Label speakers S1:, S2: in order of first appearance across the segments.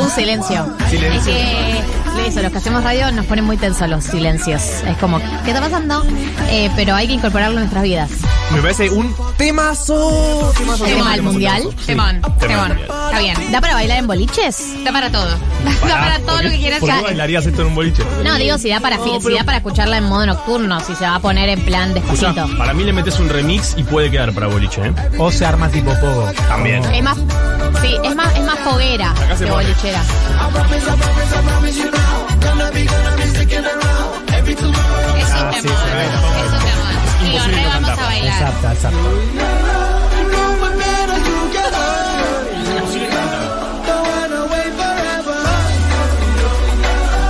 S1: un silencio.
S2: Silencio.
S1: Es que eso, los que hacemos radio nos ponen muy tensos los silencios. Es como, ¿qué está pasando? Eh, pero hay que incorporarlo en nuestras vidas.
S2: Me parece un temazo. Temazo.
S1: Tema al mundial.
S3: Temón, temón. Está bien.
S1: ¿Da para bailar en boliches?
S3: Da para todo. Da para todo lo que quieras.
S2: ¿Por qué bailarías esto en un boliche?
S1: No, digo, si da para, fi- si da para escucharla en modo nocturno, si se va a poner en plan
S2: Escuchá,
S1: despacito.
S2: para mí le metes un remix y puede quedar para boliche, ¿eh?
S4: O se arma tipo pogo.
S2: También.
S1: Es más, sí, es más, es más foguera
S2: Acá se
S1: que
S2: pone.
S1: bolichera.
S3: Es un temón.
S4: sí,
S3: es un temón. Digo,
S2: Imposible
S3: re vamos
S2: no
S3: a
S2: cantarlo.
S3: bailar.
S4: Exacto, exacto.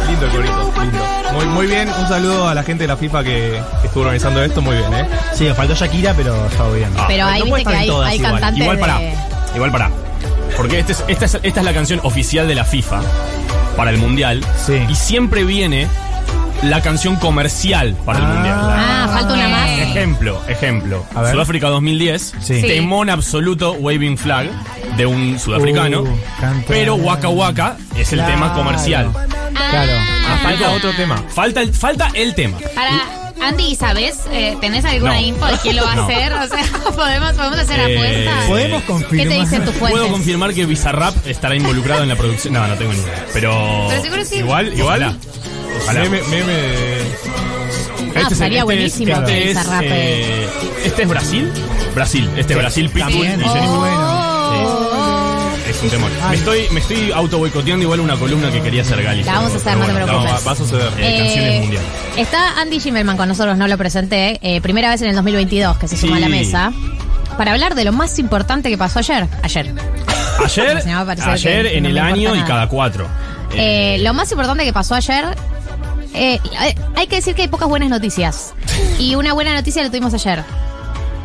S2: Lindo el corito, lindo. Muy, muy bien, un saludo a la gente de la FIFA que, que estuvo organizando esto, muy bien, ¿eh?
S4: Sí, nos faltó Shakira, pero está bien.
S2: Ah,
S1: Pero ahí
S2: no puede
S1: viste
S2: estar
S1: que
S2: en
S1: hay-
S2: todas
S1: hay
S2: igual.
S1: cantantes
S2: Igual
S1: de-
S2: para, igual para. Porque este es- esta, es, esta es la canción oficial de la FIFA para el Mundial.
S4: Sí.
S2: Y siempre viene la canción comercial para el
S4: Ah.
S2: Mundial. La-
S1: Ah, falta una más.
S2: Ejemplo, ejemplo.
S4: A ver.
S2: Sudáfrica 2010,
S4: Sí.
S2: temón absoluto Waving Flag de un sudafricano.
S4: Uh, canta.
S2: pero Waka Waka es el
S4: Claro.
S2: tema comercial.
S4: Claro.
S3: Ah,
S2: falta otro tema. Falta el, falta el tema.
S3: Para Andy, ¿sabes? Eh, ¿Tenés alguna
S2: No.
S3: info de quién lo va
S2: No.
S3: a hacer? O sea, ¿podemos, podemos hacer
S2: Eh,
S3: apuestas?
S2: bueno.
S4: ¿Podemos
S2: ¿Qué te
S4: confirmar?
S1: ¿Qué te dicen tus fuentes?
S2: Puedo confirmar que Bizarrap estará involucrado en la producción. No, no tengo ni idea. Pero.
S3: Pero seguro sí.
S2: Igual, igual. Ojalá.
S4: Meme-
S1: Ah, estaría buenísimo que
S2: Este es,
S1: Bizarrap,
S2: eh, este es Brasil. Brasil. Este es Brasil, Pitbull
S4: También.
S2: y
S4: Oh.
S2: Jennifer.
S1: Oh.
S2: Es un temor. Me estoy, me estoy auto boicoteando igual una columna que quería hacer Gali.
S1: La vamos a hacer, no te preocupes.
S2: va a suceder. Eh,
S1: Eh,
S2: canciones mundial.
S1: está Andy Gimelman con nosotros, no lo presenté, eh, primera vez en el 2022 que se suma
S2: Sí.
S1: a la mesa, para hablar de lo más importante que pasó ayer. Ayer.
S2: Ayer,
S1: Se me va a parecer
S2: ayer
S1: que
S2: en
S1: no
S2: el
S1: me importa
S2: año y
S1: nada.
S2: cada cuatro. Eh,
S1: Eh, lo más importante que pasó ayer, eh, eh, hay que decir que hay pocas buenas noticias. Y una buena noticia la tuvimos ayer,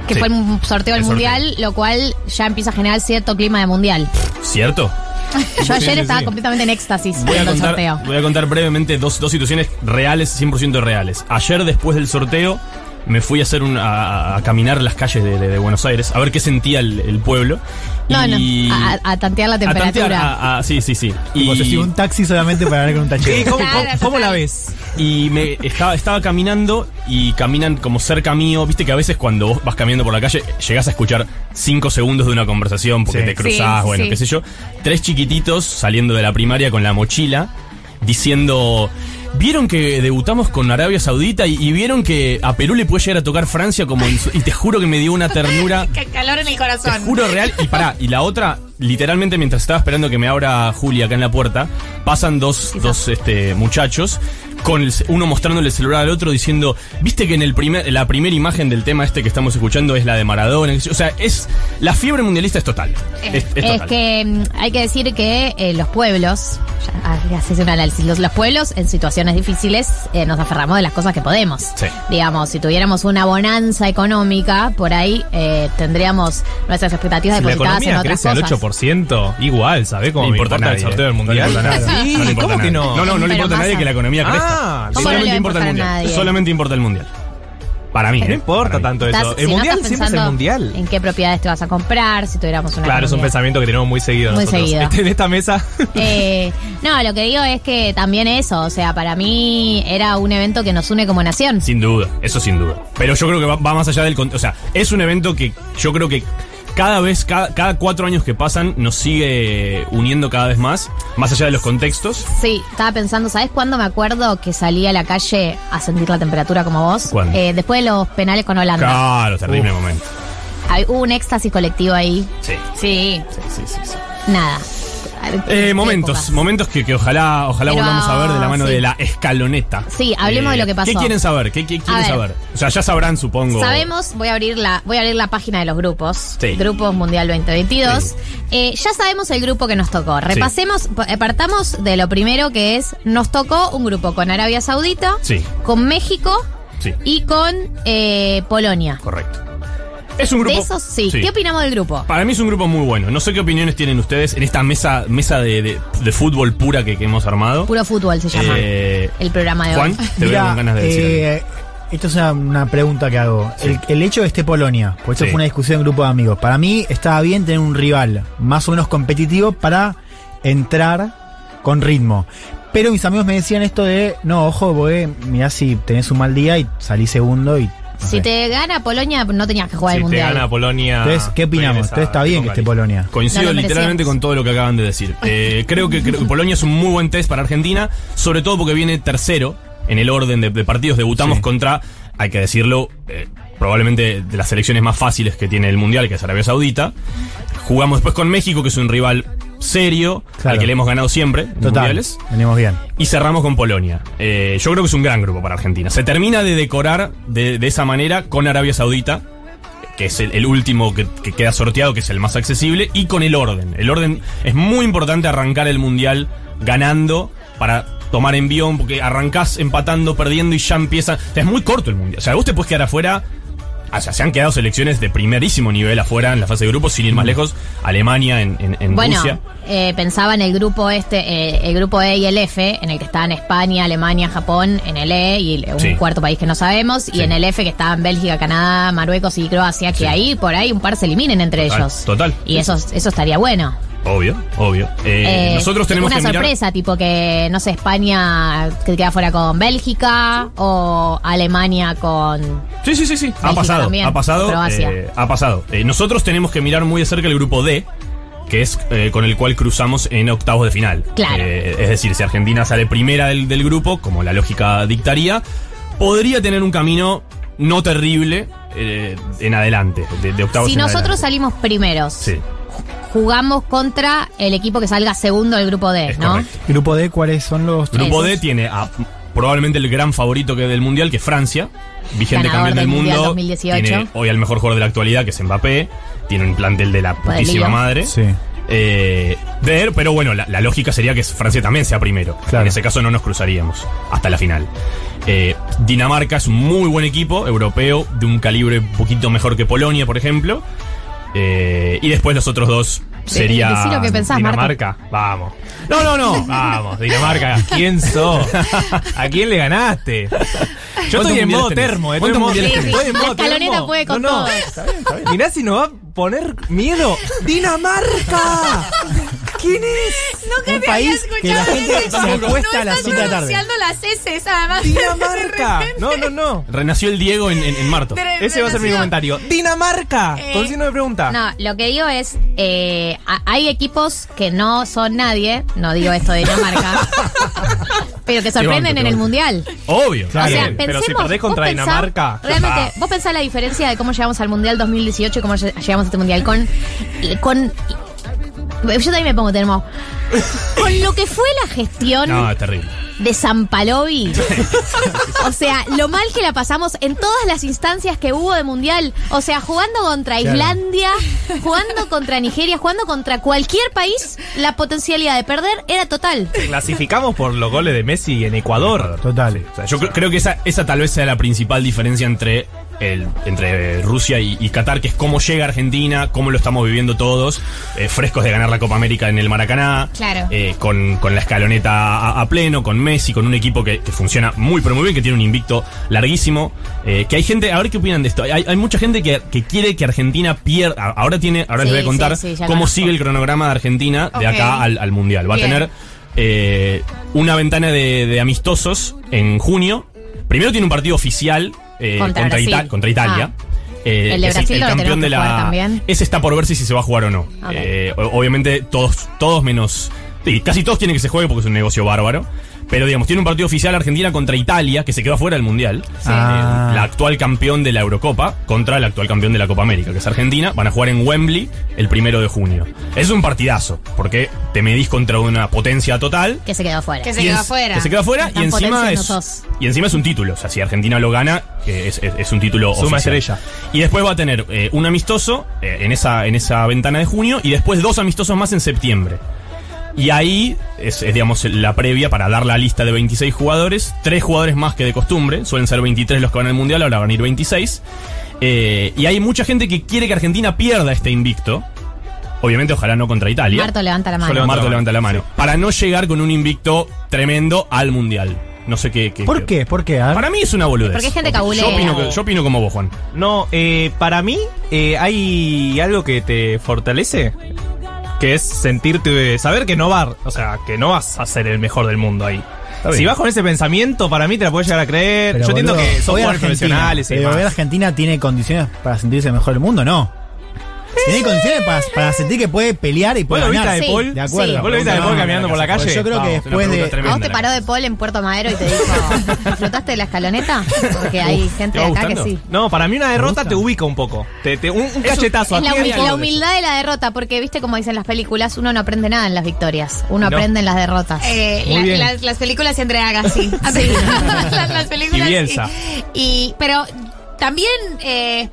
S1: que
S2: Sí.
S1: fue un sorteo del
S2: El sorteo.
S1: Mundial, lo cual ya empieza a generar cierto clima de Mundial.
S2: ¿Cierto?
S1: Yo ayer
S2: sí,
S1: estaba
S2: sí.
S1: completamente en éxtasis
S2: Voy a,
S1: viendo el
S2: contar,
S1: sorteo.
S2: voy a contar brevemente dos, dos situaciones reales, 100% reales. Ayer, después del sorteo, me fui a hacer un, a, a caminar las calles de, de- de Buenos Aires, a ver qué sentía el, el pueblo.
S1: No, no,
S2: Y-
S1: a, a tantear la
S2: a tantear,
S1: temperatura.
S2: a- a- sí, sí, sí.
S4: Y vos un taxi solamente para hablar con un tachero.
S3: cómo- Claro, cómo la total.
S4: ves?
S2: Y me estaba, estaba caminando y caminan como cerca mío. Viste que a veces cuando vos vas caminando por la calle llegás a escuchar cinco segundos de una conversación porque
S4: Sí.
S2: te cruzás,
S3: Sí,
S2: bueno,
S3: sí.
S2: qué sé yo. Tres chiquititos saliendo de la primaria con la mochila diciendo... Vieron que debutamos con Arabia Saudita y, y vieron que a Perú le puede llegar a tocar Francia como en su- y te juro que me dio una ternura
S3: Ca- Calor en el
S2: te
S3: corazón.
S2: juro real. Y pará, y la otra, literalmente mientras estaba esperando que me abra Julia acá en la puerta, pasan dos, dos este, muchachos, con el ce- uno mostrándole el celular al otro diciendo, viste que en el primer, la primera imagen del tema este que estamos escuchando es la de Maradona. O sea, es la fiebre mundialista es total. Es, es
S1: Es
S2: total.
S1: que mm, hay que decir que eh, los pueblos, ya ah, ya haces un análisis, los, los pueblos en situaciones difíciles eh, nos aferramos de las cosas que podemos.
S2: Sí.
S1: Digamos, si tuviéramos una bonanza económica, por ahí eh, tendríamos nuestras expectativas depositadas en otras cosas.
S5: 8%, igual, ¿sabés cómo
S2: No
S5: me
S2: importa
S5: importa
S2: nadie,
S5: el sorteo del
S2: no le
S5: mundial?
S2: importa nada.
S5: Sí,
S2: No le importa
S5: ¿cómo que
S2: nadie.
S5: no?
S2: No, no, no
S1: Pero
S2: le importa a nadie
S1: pasa.
S2: que la economía crezca.
S5: Ah,
S1: ¿Cómo no le
S2: Solamente
S1: va a
S2: importa el
S1: importar a
S2: mundial.
S1: nadie?
S2: Solamente importa el mundial. Para mí,
S5: No
S2: ¿eh?
S5: importa
S2: Para mí.
S5: tanto
S1: Estás-
S5: eso.
S1: si
S5: El
S1: no
S5: mundial
S1: estás
S5: siempre es el
S1: pensando
S5: mundial.
S1: En qué propiedades te vas a comprar, si tuviéramos una
S5: Claro, es un
S1: economía.
S5: pensamiento que tenemos muy seguido
S1: Muy
S5: nosotros.
S1: seguido.
S5: Este, en esta mesa.
S1: Eh, no, lo que digo es que también eso, o sea, para mí era un evento que nos une como nación.
S2: Sin duda, eso sin duda. Pero yo creo que va, va más allá del... con- O sea, es un evento que yo creo que cada vez, cada, cada cuatro años que pasan, nos sigue uniendo cada vez más, más allá de los contextos.
S1: Sí, estaba pensando, ¿sabes cuándo me acuerdo que salí a la calle a sentir la temperatura como vos?
S2: ¿Cuándo?
S1: Eh, después de los penales con Holanda.
S2: Claro, terrible momento.
S1: Hay- Hubo un éxtasis colectivo ahí.
S2: Sí.
S3: Sí.
S1: Nada.
S2: Eh, momentos,
S1: Épocas.
S2: momentos que, que ojalá, ojalá
S1: Pero,
S2: volvamos a ver de la mano
S1: sí.
S2: de la escaloneta. Eh,
S1: Sí, hablemos de lo que pasó.
S2: ¿Qué quieren saber? ¿Qué, qué quieren
S1: ver.
S2: saber? O sea, ya sabrán, supongo.
S1: Sabemos, voy a abrir la, voy a abrir la página de los grupos.
S2: Sí.
S1: Grupos Mundial 2022. Eh, ya sabemos el grupo que nos tocó. Repasemos, eh, partamos de lo primero que es, nos tocó un grupo con Arabia Saudita,
S2: Sí.
S1: con México
S2: Sí.
S1: y con eh, Polonia.
S2: Correcto. Es un grupo...
S1: De esos sí. ¿Qué opinamos del grupo?
S2: Para mí es un grupo muy bueno. No sé qué opiniones tienen ustedes en esta mesa, mesa de, de- de fútbol pura que, que hemos armado.
S1: Puro fútbol se llama.
S2: Eh,
S1: el programa de
S2: Juan,
S1: hoy.
S2: te veo con ganas de decir. algo.
S4: eh, esto es una, una pregunta que hago. El, el hecho de que esté Polonia, porque esto
S2: Sí.
S4: fue una discusión en grupo de amigos. Para mí estaba bien tener un rival más o menos competitivo para entrar con ritmo. Pero mis amigos me decían esto de, no, ojo, porque mirá si tenés un mal día y salís segundo y... no
S1: Si
S4: sé.
S1: te gana Polonia, no tenías que jugar el
S5: Si te
S1: mundial.
S5: gana Polonia.
S2: Ah,
S4: Entonces, ¿qué opinamos?
S5: regresa
S4: Entonces está bien que esté
S5: con
S4: Polonia.
S1: No
S2: Coincido
S1: lo merecíamos.
S2: literalmente con todo lo que acaban de decir. Eh, creo que creo que Polonia es un muy buen test para Argentina, sobre todo porque viene tercero en el orden de, de partidos. Debutamos
S4: Sí.
S2: contra, hay que decirlo, eh, probablemente de las selecciones más fáciles que tiene el Mundial, que es Arabia Saudita. Jugamos después con México, que es un rival serio, al
S4: Claro.
S2: que le hemos ganado siempre en
S4: Total,
S2: Mundiales.
S4: venimos bien.
S2: Y cerramos con Polonia. Eh, yo creo que es un gran grupo para Argentina. Se termina de decorar de, de esa manera con Arabia Saudita, que es el, el último que, que queda sorteado, que es el más accesible, y con el orden. El orden es muy importante arrancar el mundial ganando para tomar envión, porque arrancás empatando, perdiendo y ya empieza. o sea, es muy corto el mundial. O sea, vos te puedes quedar afuera. O sea, se han quedado selecciones de primerísimo nivel afuera en la fase de grupos, sin ir más lejos. Alemania en, en, en
S1: Bueno,
S2: Rusia.
S1: eh, pensaba en el grupo este, eh, el grupo E y el F, en el que estaban España, Alemania, Japón, en el E y el- un
S2: Sí.
S1: cuarto país que no sabemos, y
S2: Sí.
S1: en el F que estaban Bélgica, Canadá, Marruecos y Croacia, que
S2: Sí.
S1: ahí por ahí un par se eliminen entre
S2: Total,
S1: ellos.
S2: total.
S1: Y eso, eso estaría bueno.
S2: Obvio, obvio. Eh,
S1: Eh,
S2: nosotros tenemos
S1: una
S2: que mirar-
S1: sorpresa, tipo que, no sé, España que queda fuera con Bélgica o Alemania con...
S2: Sí, sí, sí, sí. Ha
S1: México
S2: pasado,
S1: también,
S2: ha pasado,
S1: Croacia.
S2: eh, ha pasado. Eh, nosotros tenemos que mirar muy de cerca el grupo D, que es eh, con el cual cruzamos en octavos de final.
S1: Claro.
S2: Eh, es decir, si Argentina sale primera del, del grupo, como la lógica dictaría, podría tener un camino no terrible eh, en adelante, de, de octavos
S1: Si
S2: en
S1: nosotros eh,
S2: adelante.
S1: salimos primeros,
S2: Sí,
S1: jugamos contra el equipo que salga segundo del grupo D,
S2: es
S1: ¿no?
S2: correcto.
S4: Grupo D, ¿cuáles son los...?
S1: Esos.
S2: Grupo D tiene a probablemente el gran favorito que del mundial, que es Francia, vigente
S1: Ganador
S2: campeón del,
S1: del Mundial
S2: mundo.
S1: 2018.
S2: Tiene hoy al mejor jugador de la actualidad, que es Mbappé. Tiene un plantel de la putísima
S1: lío.
S2: madre.
S4: Sí.
S2: Eh, de- pero bueno, la, la lógica sería que Francia también sea primero.
S4: Claro.
S2: En ese caso no nos cruzaríamos hasta la final. Eh, Dinamarca es un muy buen equipo europeo, de un calibre un poquito mejor que Polonia, por ejemplo. Eh, y después los otros dos sería.
S1: decí lo que pensás, Marta.
S5: Dinamarca. Vamos.
S2: No, no, no.
S5: Vamos, Dinamarca. ¿Quién sos? ¿A quién le ganaste? Yo
S2: ¿Cuántos
S5: estoy en modo
S2: mundiales tenés?
S5: termo. Estoy
S2: ¿Cuántos
S5: en modo,
S2: mundiales tenés?
S5: estoy en modo
S1: La escaloneta
S5: termo.
S1: puede con
S5: no, no.
S1: todo.
S5: Mirá si nos va a poner miedo. ¡Dinamarca! ¿Quién es?
S4: Un país que la gente se acuesta a las 7 de la tarde.
S3: las heces, además.
S5: ¡Dinamarca! No, no, no.
S2: Renació el Diego en, en- en Marto.
S5: Ese va a ser mi comentario. ¡Dinamarca! Por si no me pregunta.
S1: Eh. No, lo que digo es, eh, a- hay equipos que no son nadie, no digo esto de Dinamarca, pero que sorprenden
S2: banco, te
S1: en el
S2: banco.
S1: Mundial.
S2: Obvio.
S1: O
S5: Claro.
S1: sea,
S5: Bien,
S1: pensemos,
S5: pero si perdés
S1: vos
S5: contra
S1: pensá-
S5: Dinamarca, ya
S1: realmente,
S5: está.
S1: vos pensás la diferencia de cómo llegamos al Mundial 2018 y cómo lle- llegamos a este Mundial con... eh, con yo también me pongo termo. Con lo que fue la gestión
S2: No, es terrible.
S1: de Zampalovi. o sea, lo mal que la pasamos en todas las instancias que hubo de mundial. O sea, jugando contra
S4: Claro.
S1: Islandia, jugando contra Nigeria, jugando contra cualquier país, la potencialidad de perder era total.
S5: Clasificamos por los goles de Messi en Ecuador.
S4: Total.
S5: O sea,
S2: Yo cre- creo que esa, esa tal vez sea la principal diferencia entre, el, entre eh, Rusia y, y Qatar, que es cómo llega Argentina, cómo lo estamos viviendo todos, eh, frescos de ganar la Copa América en el Maracaná,
S1: Claro.
S2: eh, con, con la escaloneta a, a pleno, con Messi, con un equipo que, que funciona muy pero muy bien, que tiene un invicto larguísimo, eh, que hay gente, a ver qué opinan de esto, hay, hay mucha gente que, que quiere que Argentina pierda, a- ahora tiene, ahora les
S1: Sí,
S2: voy a contar
S1: sí, sí, ya
S2: cómo
S1: conozco.
S2: sigue el cronograma de Argentina de
S3: Ok.
S2: acá al, al Mundial, va
S3: Bien.
S2: a tener eh, una ventana de, de amistosos en junio. Primero tiene un partido oficial eh,
S1: Contra
S2: contra,
S1: Brasil.
S2: Ita- contra Italia.
S1: Ah.
S2: Eh,
S1: El de
S2: es
S1: Brasil lo tenemos
S2: campeón
S1: que
S2: de
S1: jugar
S2: la.
S1: también.
S2: Ese está por verse si se va a jugar o no.
S1: Ok.
S2: Eh, o- obviamente, todos, todos menos. sí, casi todos tienen que se juegue porque es un negocio bárbaro. Pero digamos, tiene un partido oficial Argentina contra Italia, que se quedó afuera del Mundial.
S4: Ah.
S2: Eh, la actual campeón de la Eurocopa contra el actual campeón de la Copa América, que es Argentina. Van a jugar en Wembley el primero de junio. Es un partidazo, porque te medís contra una potencia total.
S1: Que se quedó fuera.
S3: Que se
S2: Y
S3: queda
S2: en-
S3: afuera.
S2: Que se queda afuera y
S1: Tan
S2: encima,
S1: potencia no
S2: es,
S1: sos.
S2: y encima es un título. O sea, si Argentina lo gana, eh, es, es- es un título
S5: Suma
S2: oficial.
S5: estrella.
S2: Y después va a tener eh, un amistoso eh, en, esa, en esa ventana de junio y después dos amistosos más en septiembre. Y ahí es, es, digamos, la previa para dar la lista de 26 jugadores. Tres jugadores más que de costumbre. Suelen ser 23 los que van al Mundial, ahora van a ir 26. Eh, y hay mucha gente que quiere que Argentina pierda este invicto. Obviamente, ojalá no contra Italia.
S1: Marto levanta la
S2: Solo
S1: mano.
S2: Marto
S5: levanta
S2: levanta la mano. Para no llegar con un invicto tremendo al mundial. No sé qué. qué-
S4: ¿Por qué? ¿Por qué? A ver.
S2: Para mí es una boludez.
S1: Porque hay gente que
S2: Yo
S1: cabulea.
S2: opino, que- yo opino como vos, Juan.
S5: No, eh, para mí eh, hay algo que te fortalece.
S6: que es sentirte, saber que no vas, o sea, que no vas a ser el mejor del mundo ahí.
S2: bien.
S6: Si vas con ese pensamiento, para mí te la puedes llegar a creer.
S4: Pero,
S6: Yo entiendo
S4: boludo,
S6: que son
S4: hoy
S6: jugadores
S4: Argentina- Eh,
S6: profesionales y
S4: Pero hoy
S6: demás.
S4: Argentina tiene condiciones para sentirse mejor del mundo, no. Tiene condiciones para, para sentir que puede pelear y puede
S6: Bueno, ¿viste
S4: ganar.
S6: a De Paul?
S4: De acuerdo.
S1: Sí.
S6: ¿Vos lo viste a De
S4: No,
S6: Paul
S4: no,
S6: caminando
S4: no,
S6: por la
S4: porque
S6: calle?
S4: Yo creo que
S6: Vamos,
S4: después
S2: una
S4: de.
S1: ¿A
S2: pregunta
S1: vos te
S2: Tremenda la
S1: paró de Paul en Puerto Madero y te dijo, ¿disfrutaste de la escaloneta? Porque hay gente
S2: ¿te
S1: de
S2: va
S1: acá que
S2: gustando?
S1: sí.
S6: No, para mí una derrota te ubica un poco. Te, te- un, un cachetazo.
S1: Es la,
S6: aquí
S1: humi-
S6: y algo
S1: la
S6: de
S1: humildad de la derrota, porque viste como dicen las películas, uno no aprende nada en las victorias, uno
S6: No.
S1: aprende en las derrotas.
S3: Eh,
S6: Muy
S3: la-
S6: bien.
S3: las, las películas siempre hagan así. Así. las, las películas.
S6: Y Bielsa.
S3: y- y- pero también. eh,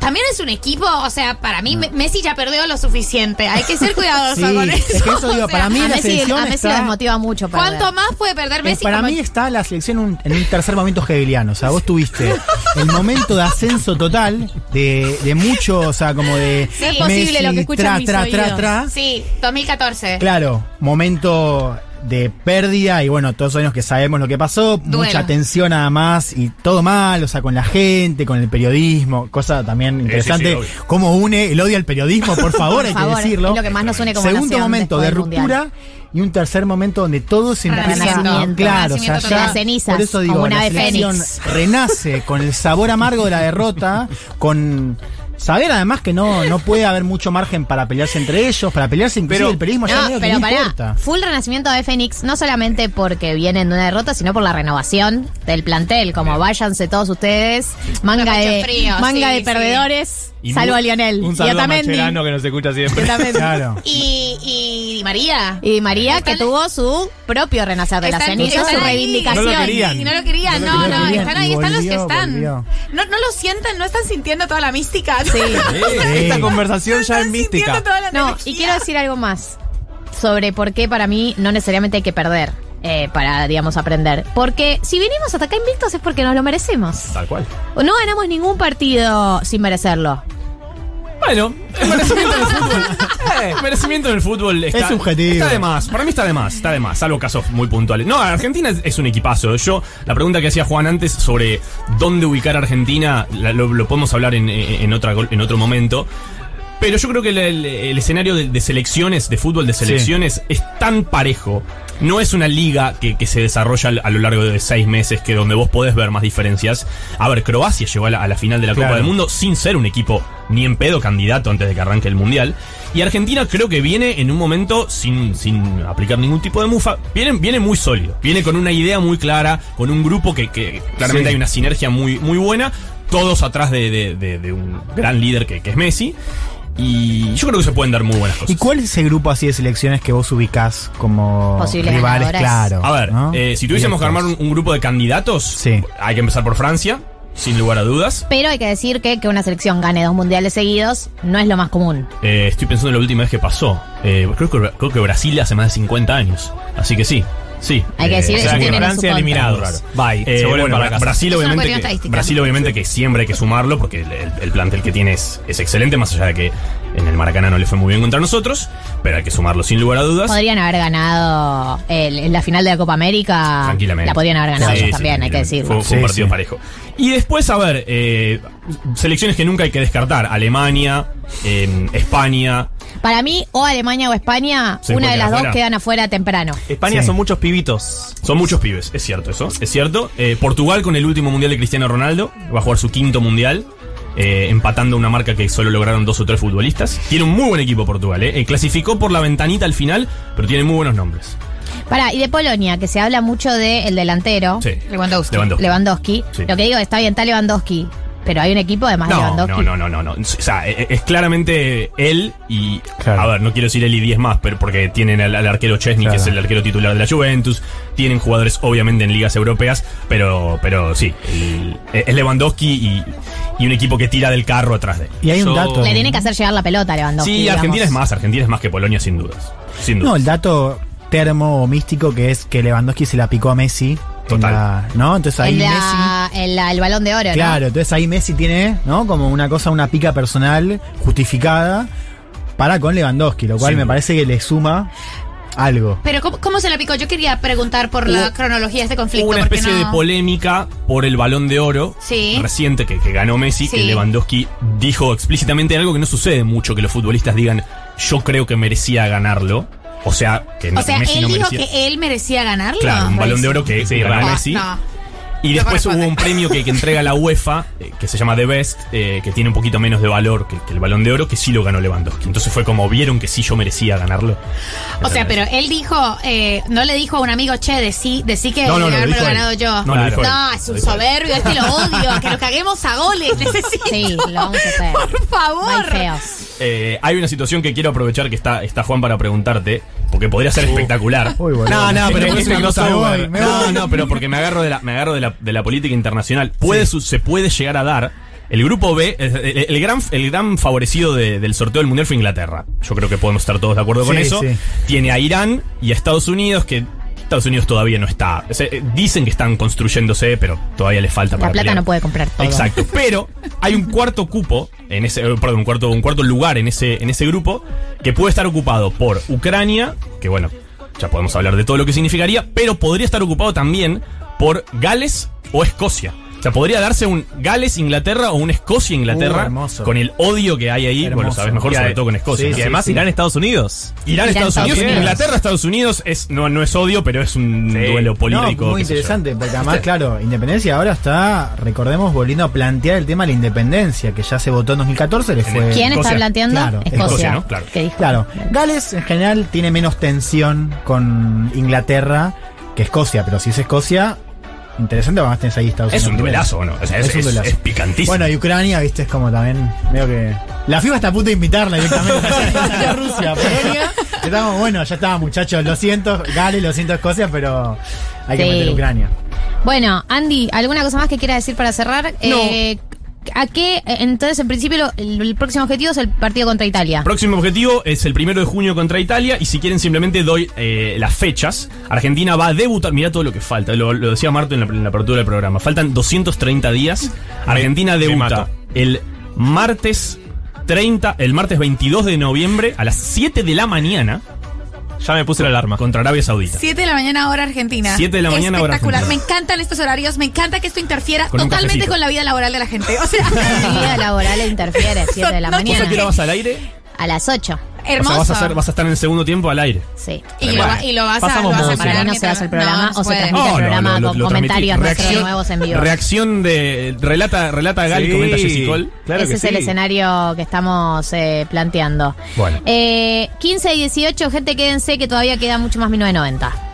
S3: también es un equipo, o sea, para mí Me- Messi ya perdió lo suficiente. Hay que ser cuidadoso
S4: Sí,
S3: con
S4: es
S3: eso.
S4: que eso digo,
S3: o sea,
S4: para mí
S1: a
S4: la
S1: Messi,
S4: selección
S1: a Messi
S4: está-
S1: lo desmotiva mucho. para
S3: ¿Cuánto
S1: ver.
S3: más puede perder
S4: Eh,
S3: Messi?
S4: para
S3: como-
S4: mí está la selección un- en un tercer momento hegeliano. O sea, vos tuviste el momento de ascenso total, de, de mucho, o sea, como de.
S3: No es
S1: posible lo que escuchan
S4: tra,
S1: mis
S4: tra, tra,
S1: oídos.
S4: tra.
S3: Sí, 2014.
S4: Claro, momento de pérdida y bueno, todos los años que sabemos lo que pasó,
S3: Duelo.
S4: mucha tensión nada más y todo mal, o sea, con la gente, con el periodismo, cosa también interesante,
S2: sí, obvio.
S4: cómo une el odio al periodismo, por favor,
S1: Por
S4: hay
S1: favor,
S4: que decirlo.
S1: es lo que más nos une como
S4: Segundo
S1: nación
S4: momento de
S1: después del
S4: ruptura y un tercer momento donde todo se empieza
S1: Renacimiento.
S4: claro, o sea,
S3: Renacimiento
S4: ya-
S3: de las
S1: cenizas,
S4: por eso digo,
S1: como una
S4: la
S1: ave
S4: selección
S1: fénix.
S4: renace con el sabor amargo de la derrota, con saber además que no, no puede haber mucho margen para pelearse entre ellos, para pelearse inclusive
S6: Pero-
S4: el periodismo ya medio
S1: No,
S4: que
S1: pero
S4: no
S1: pará,
S4: importa.
S1: full renacimiento de Fénix, no solamente porque vienen de una derrota, sino por la renovación del plantel, como váyanse todos ustedes, manga
S3: pecho
S1: de,
S3: frío,
S1: manga
S3: sí,
S1: de
S3: sí.
S1: perdedores,
S6: Y
S1: salvo
S6: mu-
S1: a Lionel.
S6: Un
S1: y
S6: saludo a
S1: Otamendi.
S6: Mascherano que nos escucha siempre.
S4: Claro.
S3: Y, y Di María.
S1: Y María, que
S3: Están-
S1: tuvo su propio renacer de la
S3: Están-
S1: ceniza,
S3: están
S1: su
S3: ahí.
S1: reivindicación.
S6: No lo querían.
S3: Y no lo querían,
S4: No
S3: no,
S4: lo
S3: no,
S4: querían.
S3: están ahí,
S4: Y
S3: están los que
S4: volvió,
S3: están.
S4: volvió.
S3: No, no lo sienten, no están sintiendo toda la mística. Sí.
S6: Esta
S4: Sí.
S6: conversación ya es
S3: Están sintiendo
S6: mística.
S3: toda la
S1: No,
S3: energía.
S1: y quiero decir algo más sobre por qué para mí no necesariamente hay que perder eh, para, digamos, aprender. Porque si vinimos hasta acá invictos es porque nos lo merecemos.
S2: Tal cual.
S1: No ganamos ningún partido sin merecerlo.
S2: Bueno, el merecimiento del fútbol. Eh, merecimiento del fútbol está,
S4: Es subjetivo.
S2: Está de más. Para mí está de más. Está de más. Salvo casos muy puntuales. No, Argentina es, es un equipazo. Yo, la pregunta que hacía Juan antes sobre dónde ubicar a Argentina, la- lo, lo podemos hablar en, en- en otra, gol- en otro momento. Pero yo creo que el, el- el escenario de, de selecciones, de fútbol de selecciones, es tan parejo. No es una liga que, que se desarrolla al- a lo largo de seis meses, que donde vos podés ver más diferencias. A ver, Croacia llegó a la, a la final de la Copa
S4: Claro.
S2: del Mundo sin ser un equipo ni en pedo candidato antes de que arranque el Mundial. Y Argentina creo que viene en un momento sin, sin aplicar ningún tipo de mufa. Viene, viene muy sólido. Viene con una idea muy clara, con un grupo que, que claramente
S4: Sí.
S2: hay una sinergia muy, muy buena. Todos atrás de, de- de- de un gran líder que, que es Messi. Y yo creo que se pueden dar muy buenas cosas.
S4: ¿Y cuál es ese grupo así de selecciones que vos ubicás como
S1: Posibles
S4: rivales?
S1: ganadoras.
S4: Claro.
S2: A ver,
S4: ¿no?
S2: eh, si tuviésemos que
S4: Directos.
S2: armar un, un grupo de candidatos,
S4: Sí.
S2: hay que empezar por Francia, sin lugar a dudas.
S1: Pero hay que decir que, que una selección gane dos mundiales seguidos no es lo más común.
S2: Eh, estoy pensando en la última vez que pasó. Eh, creo, que, creo que Brasil hace más de 50 años. Así que sí, sí.
S1: Hay que
S2: Eh,
S1: decir
S2: o
S1: eso
S2: sea
S1: tienen en su
S6: Francia
S1: contra.
S6: eliminados.
S2: Raro.
S6: Bye.
S2: Eh,
S6: se vuelven
S2: bueno,
S6: para casa.
S2: Brasil
S3: Es una
S2: obviamente,
S3: cuestión
S2: que,
S3: estadística.
S2: Brasil obviamente que siempre hay que sumarlo porque el, el- el plantel que tiene es, es excelente, más allá de que en el Maracaná no le fue muy bien contra nosotros, pero hay que sumarlo sin lugar a dudas.
S1: Podrían haber ganado el- en la final de la Copa América.
S2: Tranquilamente.
S1: La podrían haber ganado
S2: Sí,
S1: ellos
S2: sí,
S1: también, hay que
S2: tranquilamente.
S1: decirlo.
S2: Fue, fue un
S4: Sí,
S2: partido
S4: sí.
S2: parejo. Y después, a ver, eh, selecciones que nunca hay que descartar. Alemania, eh, España.
S1: Para mí, o Alemania o España,
S2: Se
S1: una de
S2: encuentran
S1: las
S2: afuera.
S1: dos quedan afuera temprano.
S6: España
S4: Sí.
S6: son muchos pibitos.
S2: Son muchos pibes, es cierto eso, es cierto. Eh, Portugal con el último mundial de Cristiano Ronaldo, va a jugar su quinto mundial, eh, empatando una marca que solo lograron dos o tres futbolistas. Tiene un muy buen equipo Portugal, eh. Eh, clasificó por la ventanita al final, pero tiene muy buenos nombres.
S1: Pará, y de Polonia, que se habla mucho del delantero,
S2: Sí.
S3: Lewandowski.
S2: Lewandowski.
S1: Lewandowski.
S2: Sí.
S1: Lo que digo, está bien, está Lewandowski, pero hay un equipo además de
S2: No,
S1: Lewandowski.
S2: no, no, no, no, no. O sea, e- e- es, claramente él y.
S4: Claro.
S2: A ver, no quiero decir él y 10 más, pero porque tienen al, al arquero Chesney,
S4: Claro.
S2: que es el arquero titular de la Juventus. Tienen jugadores, obviamente, en ligas europeas, pero, pero sí. el- e, es Lewandowski y, y un equipo que tira del carro atrás de él.
S4: Y hay un dato.
S1: Le tiene que hacer llegar la pelota a Lewandowski.
S2: Sí,
S1: digamos.
S2: Argentina es más, Argentina es más que Polonia, sin dudas. Sin dudas.
S4: No, el dato termo o místico que es que Lewandowski se la picó a Messi. en
S2: Total.
S4: la- ¿No? Entonces ahí
S1: En la-
S4: Messi.
S1: en la- el balón de oro, ¿no?
S4: Claro, entonces ahí Messi tiene, ¿no? Como una cosa, una pica personal justificada para con Lewandowski, lo cual
S2: Sin
S4: me
S2: duda.
S4: parece que le suma algo.
S3: Pero ¿cómo, cómo se la picó? Yo quería preguntar por la
S2: Hubo-
S3: cronología de este conflicto.
S2: Hubo una
S3: porque
S2: especie
S3: no-
S2: de polémica por el balón de oro
S3: Sí.
S2: reciente que, que ganó Messi,
S3: Sí.
S2: que Lewandowski dijo explícitamente algo que no sucede mucho, que los futbolistas digan, yo creo que merecía ganarlo. O sea, que
S3: O sea,
S2: Messi
S3: él
S2: no
S3: dijo
S2: merecía.
S3: que él merecía ganarlo.
S2: Claro, un balón de oro que
S6: Sí,
S2: que ganó
S6: raro.
S2: Messi.
S3: Ah, no.
S2: Y
S3: No
S2: después hubo
S3: corresponde.
S2: un premio que, que entrega la UEFA, eh, que se llama The Best, eh, que tiene un poquito menos de valor que, que el balón de oro, que sí lo ganó Lewandowski. Entonces fue como vieron que sí yo merecía ganarlo.
S3: O sea, pero él dijo, eh, no le dijo a un amigo, che, decí, decí que
S2: No, no, no, lo
S3: haberme
S2: dijo
S3: lo
S2: él.
S3: ganado yo.
S2: No, lo dijo
S3: No,
S2: él.
S3: es
S2: Lo
S3: un
S2: dijo él.
S3: soberbio, este lo odio, que lo caguemos a goles, necesito.
S1: Sí, lo vamos a hacer.
S3: Por
S1: Muy
S3: favor.
S1: feos.
S2: Eh, hay una situación que quiero aprovechar que está, está Juan para preguntarte, porque podría ser espectacular.
S4: Uy, boludo.
S5: No, no, pero
S2: Pero
S5: es
S2: es
S5: una
S2: que
S5: cosa
S2: no
S4: voy,
S2: sabe.
S4: me
S2: No,
S4: voy.
S2: no, pero porque me agarro de la, me agarro de la, de la política internacional. Puede su- se puede llegar a dar. El grupo B, el, el- el gran, el gran favorecido de- del sorteo del mundial fue Inglaterra. Yo creo que podemos estar todos de acuerdo con
S4: Sí,
S2: eso.
S4: sí.
S2: Tiene a Irán y a Estados Unidos que Estados Unidos todavía no está. Se- eh, dicen que están construyéndose, pero todavía le falta
S1: La
S2: para
S1: plata
S2: pelear.
S1: no puede comprar todo.
S2: Exacto. Pero hay un cuarto cupo en ese, eh, perdón, un cuarto, un cuarto lugar en ese, en ese grupo que puede estar ocupado por Ucrania, que bueno, ya podemos hablar de todo lo que significaría, pero podría estar ocupado también por Gales o Escocia. O sea, podría darse un Gales-Inglaterra o un
S4: Uh,
S2: Escocia-Inglaterra
S4: hermoso.
S2: con el odio que hay ahí. Bueno,
S4: Hermoso.
S2: sabes mejor,
S6: Y
S2: sobre
S6: ade-
S2: todo con Escocia.
S4: Sí,
S2: ¿no?
S6: y además
S4: sí.
S6: Irán, Estados Unidos.
S2: Irán, Estados,
S1: Estados
S2: Unidos,
S1: Unidos.
S2: Inglaterra, Estados Unidos es, no, no es odio, pero es un
S6: Sí.
S2: duelo político.
S4: No, muy
S2: qué sé yo.
S4: interesante, porque además, claro, Independencia ahora está, recordemos, volviendo a plantear el tema de la independencia, que ya se votó en 2014, le fue...
S1: ¿Quién está
S2: Escocia.
S1: planteando?
S4: Claro,
S1: Escocia.
S2: Escocia, ¿no? Claro.
S1: Que dijo-
S4: Claro, Gales en general tiene menos tensión con Inglaterra que Escocia, pero si es Escocia, interesante, además tenés ahí Estados
S2: Es
S4: Unidos.
S2: un
S4: primero.
S2: duelazo, ¿no? O sea, es,
S4: Es un
S2: es-
S4: duelazo.
S2: es picantísimo.
S4: Bueno, y Ucrania, viste, es como también, medio que... La FIBA está a punto de invitarla directamente. Ya Rusia, Polonia. Estamos, bueno, ya estaba muchachos, lo siento, Gales, lo siento Escocia, pero hay que
S1: Sí.
S4: meter Ucrania.
S1: Bueno, Andy, ¿alguna cosa más que quieras decir para cerrar? Eh, ¿A qué? Entonces, en principio, lo- el, el próximo objetivo es el partido contra Italia.
S2: Próximo objetivo es el primero de junio contra Italia. Y si quieren, simplemente doy eh, las fechas. Argentina va a debutar. Mirá todo lo que falta. Lo, lo decía Marto en la, en la apertura del programa. Faltan 230 días. Argentina debuta
S6: mato.
S2: el martes 30, el martes 22 de noviembre a las 7 de la mañana
S6: Ya me puse la alarma.
S2: contra Arabia Saudita.
S3: 7 de la mañana hora argentina.
S2: Siete de la mañana, hora
S3: Espectacular.
S2: argentina.
S3: Me encantan estos horarios, me encanta que esto interfiera
S2: Con un
S3: totalmente
S2: cafecito.
S3: con la vida laboral de la gente. O sea,
S1: Mi vida laboral interfiere, 7 de la
S3: No,
S2: ¿Vos a qué hora
S1: mañana.
S2: vas al aire?
S1: A las 8.
S2: O sea,
S3: hermoso.
S2: vas, a hacer- vas a estar en el segundo tiempo al aire.
S1: Sí.
S3: y, lo, va- y lo vas a, lo
S6: Pasamos
S3: vas a
S6: música.
S1: Para
S3: parar
S1: mí no se
S3: mientras-
S1: hace el programa
S3: no,
S1: o se
S3: puede.
S2: Oh,
S1: transmite el programa con
S2: transmití.
S1: comentarios nuestros
S2: Reacción-
S1: nuevos en vivo.
S2: Reacción de. Relata, relata Gal,
S6: Sí.
S2: comenta Jessy Cole.
S6: Claro
S1: Ese
S6: que
S1: es el
S6: sí.
S1: escenario que estamos eh, planteando.
S2: Bueno.
S1: Eh, 15 y 18, gente, quédense que todavía queda mucho más 1990.